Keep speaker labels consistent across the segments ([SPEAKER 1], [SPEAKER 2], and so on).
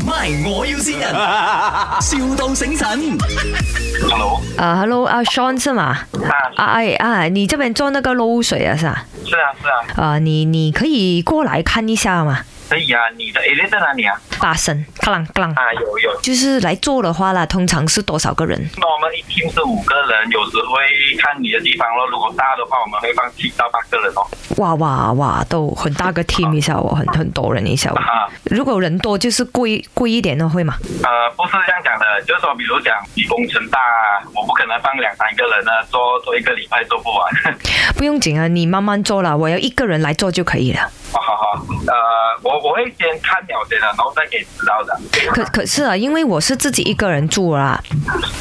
[SPEAKER 1] My，我要先人，, 笑到醒神。
[SPEAKER 2] Hello，
[SPEAKER 3] 啊、h e l l o 啊，Sean 是吗？
[SPEAKER 2] 啊，
[SPEAKER 3] 啊哎啊，你这边做那个漏水啊是吧？
[SPEAKER 2] 是啊是啊，
[SPEAKER 3] 啊、你你可以过来看一下嘛，
[SPEAKER 2] 可以啊，你的 A 类在哪里啊？
[SPEAKER 3] 八声，咔啷咔啷。
[SPEAKER 2] 啊，有有，
[SPEAKER 3] 就是来做的话啦，通常是多少个人？
[SPEAKER 2] 那我们一 team 是五个人，有时会看你的地方咯。如果大的话，我们会放七到八个人哦。
[SPEAKER 3] 哇哇哇，都很大个 team 一下哦，很很多人一下哦。
[SPEAKER 2] 啊，
[SPEAKER 3] 如果人多，就是贵贵一点的会吗？
[SPEAKER 2] 呃，不是这样讲的，就是说，比如讲你工程大啊，我不可能放两三个人呢，做做一个礼拜做不完。
[SPEAKER 3] 不用紧啊，你慢慢做啦，我要一个人来做就可以了。
[SPEAKER 2] 哦好好好，呃，我我会先看了先的，然后再给你知道的。
[SPEAKER 3] 可可是啊，因为我是自己一个人住啦，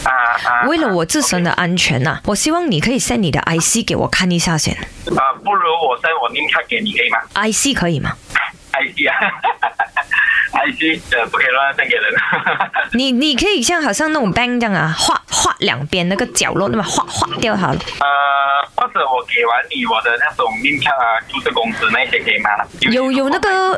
[SPEAKER 2] 啊啊，
[SPEAKER 3] 为了我自身的安全呐、我希望你可以 send 你的 IC 给我看一下先
[SPEAKER 2] 啊，不如我 s 我 name 卡给你可以吗
[SPEAKER 3] ，IC 可以吗？
[SPEAKER 2] ？IC 啊，IC 呃不可以乱扔给人。
[SPEAKER 3] 你你可以像好像那种 bang 这样啊，画画两边那个角落那么画画掉好了。
[SPEAKER 2] 呃，或者我给完你我的那种 name 卡啊，注册公司那些可以吗？
[SPEAKER 3] 有有那个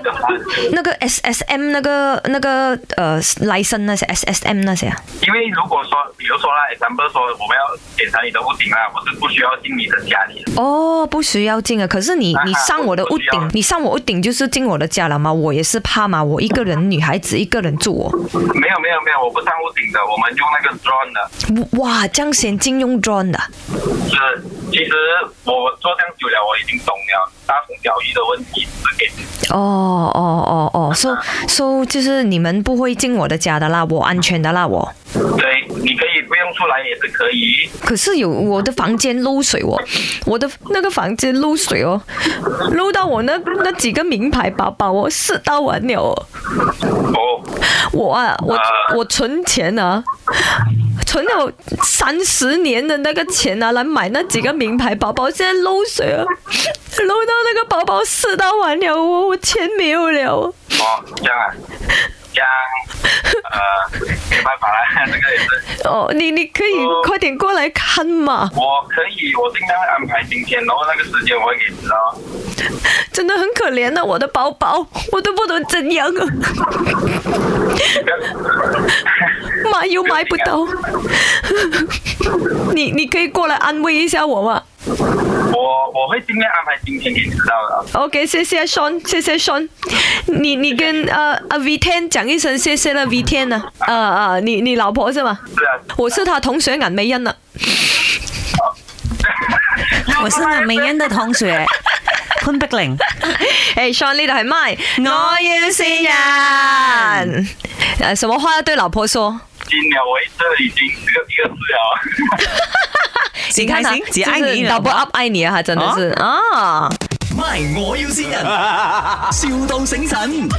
[SPEAKER 2] 有
[SPEAKER 3] 那个 S S M 那个那个呃 license 那些 S S M 那些啊，
[SPEAKER 2] 因为如果说，比如说啦，example 说我们要检查你的屋顶啦，我是不需要进你的家里的。
[SPEAKER 3] 哦，不需要进啊。可是你
[SPEAKER 2] 啊
[SPEAKER 3] 你上我的屋
[SPEAKER 2] 不需要
[SPEAKER 3] 顶，你上我屋顶就是进我的家了嘛，我也是怕嘛，我一个人女孩子一个人住哦。
[SPEAKER 2] 没有没有没有，我不上屋顶的，我们用那个 drone 的。
[SPEAKER 3] 哇，这样先进用 drone 的，
[SPEAKER 2] 是，其实我做这样久了，我已经懂了大同小异的问题，是给
[SPEAKER 3] 哦哦哦哦，so so 就是你们不会进我的家的啦，我安全的啦我。
[SPEAKER 2] 对，你可以不用出来也是可以。
[SPEAKER 3] 可是有我的房间漏水哦，我的那个房间漏水哦，漏到我那那几个名牌包包哦，试到完了哦。
[SPEAKER 2] 哦，
[SPEAKER 3] 我啊，我
[SPEAKER 2] 啊
[SPEAKER 3] 我存钱啊，存了三十年的那个钱啊，来买那几个名牌包包，现在漏水啊，漏到那个包包试到完了哦，我钱没有了。
[SPEAKER 2] 哦，这样啊，这样，呃，没办法啦， 这个也是，
[SPEAKER 3] 哦，你你可以
[SPEAKER 2] 哦
[SPEAKER 3] 快点过来看嘛，
[SPEAKER 2] 我可以，我尽量安排今天，然后那个时间我会给你知道。
[SPEAKER 3] 真的很可怜啊的、我的包包，我都不懂怎样啊，
[SPEAKER 2] 你不要
[SPEAKER 3] 买又买不到。 你你可以过来安慰一下我吗
[SPEAKER 2] 我我会尽量安排今天给你知道的。
[SPEAKER 3] ？OK，谢谢 Sean，谢谢 Sean，你你跟呃呃 V Ten 讲一声谢谢了 V Ten 呢、啊，呃呃，你你老婆是吗？
[SPEAKER 2] 是啊，
[SPEAKER 3] 我是她同学颜美欣啊，
[SPEAKER 4] 我是林美欣的同學，潘碧玲。
[SPEAKER 3] 诶、s e a n 呢度系 My，
[SPEAKER 4] 我要先人，
[SPEAKER 3] 呃，什么话要对老婆说？
[SPEAKER 2] 今年我这已经这个一个字了。
[SPEAKER 3] 你看她
[SPEAKER 4] 行，只爱你
[SPEAKER 3] 就是
[SPEAKER 4] 了
[SPEAKER 3] 老婆 up 爱你啊，她真的是啊
[SPEAKER 1] My，我要先人，,笑到醒神。